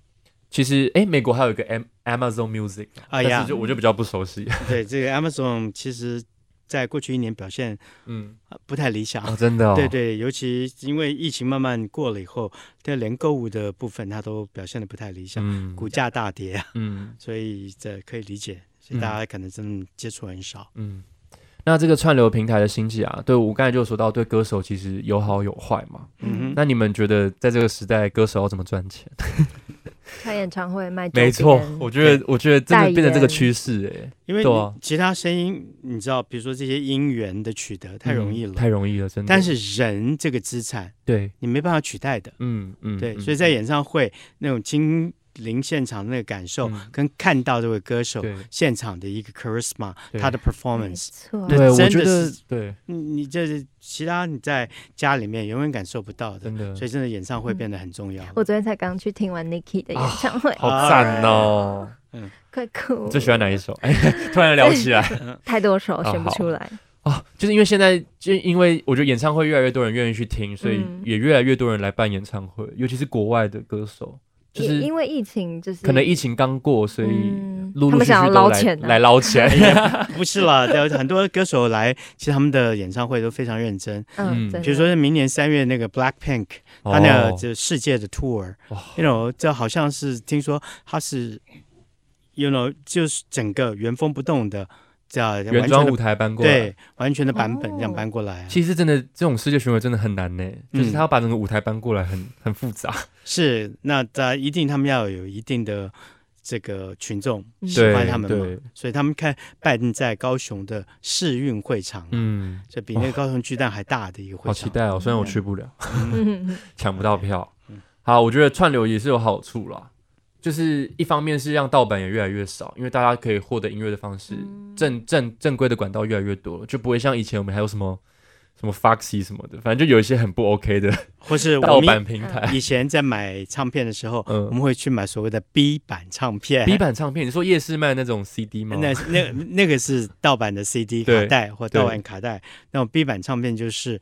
B: 其实哎，美国还有一个 Am Amazon Music，
D: 哎
B: 但
D: 呀
B: 是，就我就比较不熟悉。
D: 对这个 Amazon 其实在过去一年表现
B: 嗯，
D: 呃不太理想
B: 哦，，真的哦，
D: 对对，尤其因为疫情慢慢过了以后，但连购物的部分它都表现的不太理想，
B: 嗯
D: 股价大跌啊，
B: 嗯
D: 所以这可以理解，所以大家可能真的接触很少。
B: 嗯。那这个串流平台的兴起啊，对我刚才就有说到，对歌手其实有好有坏嘛。
D: 嗯哼，
B: 那你们觉得在这个时代，歌手要怎么赚钱？
C: 开演唱会卖周边，
B: 没错，我觉得，我觉得真的
C: 代言
B: 变成这个趋势、欸，
D: 因为
B: 对啊
D: 其他声音，你知道，比如说这些音源的取得太容易了，
B: 嗯太容易了，真的。
D: 但是人这个资产
B: 对，
D: 你没办法取代的。
B: 嗯嗯，
D: 对，
B: 嗯
D: 所以在演唱会那种亲临现场的那个感受，
B: 嗯
D: 跟看到这位歌手
B: 对
D: 现场的一个 charisma，
B: 对
D: 他的
C: 没
D: performance，
C: 错，
B: 对，
D: 那
B: 我
D: 真
B: 觉
D: 的
B: 得
D: 是
B: 对，
D: 你你这是其他你在家里面永远感受不到的。
B: 真的
D: 所以真的演唱会变得很重要。
C: 我昨天才刚去听完 Niki 的演唱会，
B: 好赞哦。
C: 快哭，
B: 最喜欢哪一首？ 哎，突然聊起来
C: 太多首
B: 啊
C: 选不出来，
B: 哦，就是因为现在，就因为我觉得演唱会越来越多人愿意去听，所以
C: 嗯
B: 也越来越多人来办演唱会，尤其是国外的歌手，就
C: 也
B: 是
C: 因为疫情，就是
B: 可能疫情刚过，所以
C: 嗯
B: 陆
C: 他
B: 陆
C: 们
B: 续续
C: 想要
B: 都
C: 捞
B: 来
C: 钱啊
B: 来捞
D: 哎
B: 钱。
D: 不是啦，对很多歌手来，其实他们的演唱会都非常认真。
B: 嗯
C: 嗯，真的
D: 比如说明年三月那个 Black Pink，他
B: 哦
D: 那个就哎世界的 tour，you、
B: 哇
D: know，这好像是听说他是，you know，就是整个原封不动的，这样
B: 原
D: 完全
B: 装
D: 的
B: 舞台搬过来，
D: 对完全的版本
C: 哦
D: 这样搬过来啊、
B: 其实真的这种世界巡回真的很难呢，就是
D: 嗯
B: 他要把整个舞台搬过来很很复杂。
D: 是那在一定他们要有一定的这个群众
C: 嗯
D: 喜
B: 对
D: 欢他们嘛
B: 对，
D: 所以他们看办在高雄的世运会场，
B: 嗯，
D: 这比那个高雄巨蛋还大的一个会
B: 好
D: 场，
B: 期待哦，虽然我去不了，
C: 嗯
B: 抢不到票。
D: 嗯
B: 好，我觉得串流也是有好处啦，就是一方面是让盗版也越来越少，因为大家可以获得音乐的方式，正正正规的管道越来越多了，就不会像以前我们还有什么什么 Foxy 什么的，反正就有一些很不 OK 的
D: 或是我
B: 盗
D: 们
B: 版平 台。
D: 以前在买唱片的时候，
B: 嗯
D: 我们会去买所谓的 B 版唱片
B: B 版唱片，你说夜市卖那种 CD 吗？
D: 那那那个是盗版的 CD
B: 对
D: 卡带或盗版卡带，那种 B 版唱片就是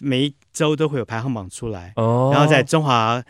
D: 每一周都会有排行榜出来，
B: 哦，
D: 然后在中华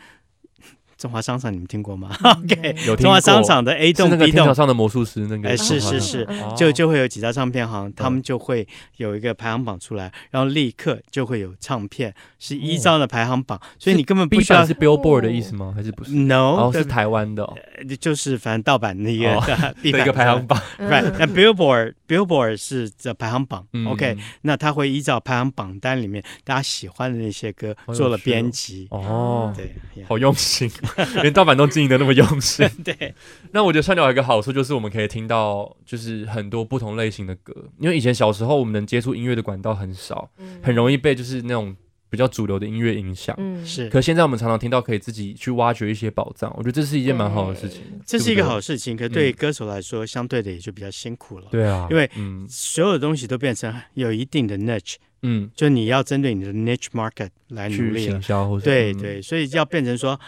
D: 中华商场，你们听过吗？
C: ，OK，
B: 有听
D: 中
B: 过
D: 华商场的 A
B: 是那
D: 栋、
B: 个
D: B
B: 天桥
D: 栋，
B: 上的魔术师那个，嗯
D: 哎是是是就
B: 哦
D: 就会有几家唱片行，他们就会有一个排行榜出来，然后立刻就会有唱片是依照的排行榜，所以你根本不
B: 哦 B
D: 需
B: 嗯
D: 要
B: 版是 Billboard 的意思吗？还是不是？
D: no，
B: 哦，是台湾的哦
D: 就是反正盗版的一 个 B
B: 的一个排行
D: 榜。
B: 榜。
C: 嗯
D: Right，那 Billboard Billboard 是这排行榜、
B: 嗯
D: o k 那他会依照排行榜单里面大家喜欢的那些歌
B: 好有
D: 做了
B: 趣哦
D: 编辑。
B: 哦，
D: 对，yeah
B: 好用心， 连盗版都经营的那么用心。
D: 对，
B: 那我觉得串流有一个好处就是我们可以听到就是很多不同类型的歌，因为以前小时候我们能接触音乐的管道很少，很容易被就是那种比较主流的音乐影响。
C: 嗯，
D: 是，
B: 可现在我们常常听到可以自己去挖掘一些宝藏，我觉得这是一件蛮好的事情。
D: 这是一个
B: 对不对嗯
D: 好事情，可对歌手来说，相对的也就比较辛苦了。
B: 对啊，
D: 因为
B: 嗯
D: 所有的东西都变成有一定的 niche，
B: 嗯，
D: 就你要针对你的 niche market 来努
B: 去
D: 力了
B: 行。销或者
D: 对，对，所以要变成说，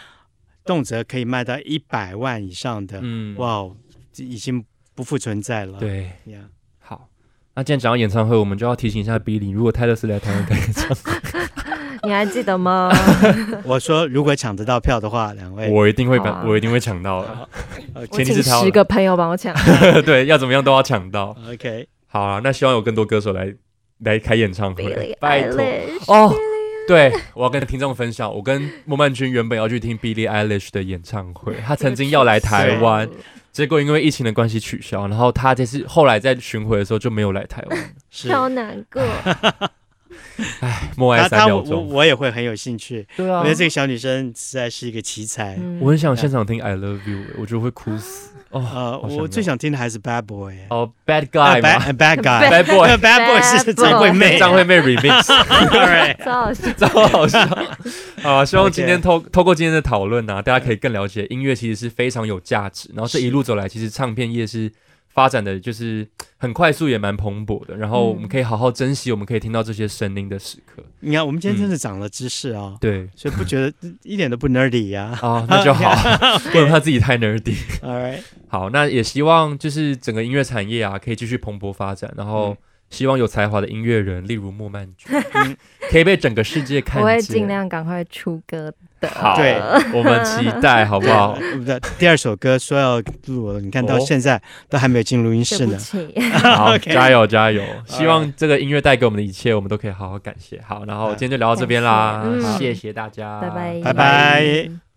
D: 动辄可以卖到一百万以上的，
B: 嗯，
D: 哇哦，这已经不复存在了。
B: 对。
D: 呀，
B: 好，那既然讲到演唱会，我们就要提醒一下 Billy，如果泰勒斯来台 湾开演唱会，
C: 你还记 得吗？
D: 我说如果抢得到票的话，两位
B: 我一定会
C: 好
B: 把，
C: 啊
B: 我一定会抢到的。
C: 我
B: 前提
C: 请
B: 是他要
C: 十个朋友帮我抢。
B: 来对，要怎么样都要抢到。
D: OK，
B: 好啊，那希望有更多歌手来来开演唱
C: Billie
B: 会， 拜托
C: Eilish
B: 哦。对，我要跟听众分享，我跟莫曼君原本要去听 Billie Eilish 的演唱会，她曾经要来台湾，结果因为疫情的关系取消，然后她这次后来在巡回的时候就没有来台 湾。
D: 是
C: 超难 过。
B: 默哀
D: 他
B: 三
D: 他
B: 秒
D: 我我
B: 钟，
D: 我也会很有兴趣，
B: 对啊
D: 我觉得这个小女生实在是一个奇才。
C: 嗯
B: 我很想现场听 I Love You，我觉得会哭死哦。
D: 呃，
B: 好想要
D: 我最想听的还是 Bad Boy，
B: 哦，Bad
D: 啊
B: Guy 嘛
D: Bad Bad
B: ，Bad
D: Guy，Bad
B: Boy，
D: Boy 是
C: Bad
D: 张惠妹，
B: 张惠妹 Remix，
D: Alright
C: 超好笑。
B: 超好笑。 好啊，希望今天
D: OK
B: 透透过今天的讨论呢，大家可以更了解音乐其实是非常有价值。然后这一路走来，其实唱片业是发展的就是很快速，也蛮蓬勃的。然后我们可以好好珍惜，我们可以听到这些声音的时刻。
D: 你看我们今天真的长了知识啊，
B: 对
D: 所以不觉得一点都不 nerdy 呀。
B: 啊，那就好， 不能怕自己太 nerdy。
D: Alright，
B: 好，那也希望就是整个音乐产业啊，可以继续蓬勃发展，然后
D: 嗯
B: 希望有才华的音乐人，例如莫曼君
D: 嗯，
B: 可以被整个世界看见。
C: 我会尽量赶快出歌的。
B: 好，
D: 对，
B: 我们期待，好不好？
D: 不对，第二首歌说要录了，你看到
B: 哦
D: 现在都还没有进录音室
C: 对不
D: 呢。
C: 起，
B: 好，
D: OK
B: 加油加油！希望这个音乐带给我们的一切，我们都可以好好感谢。好，然后今天就聊到这边啦
C: 感谢，嗯
B: 谢谢大家，
C: 拜拜，
D: 拜拜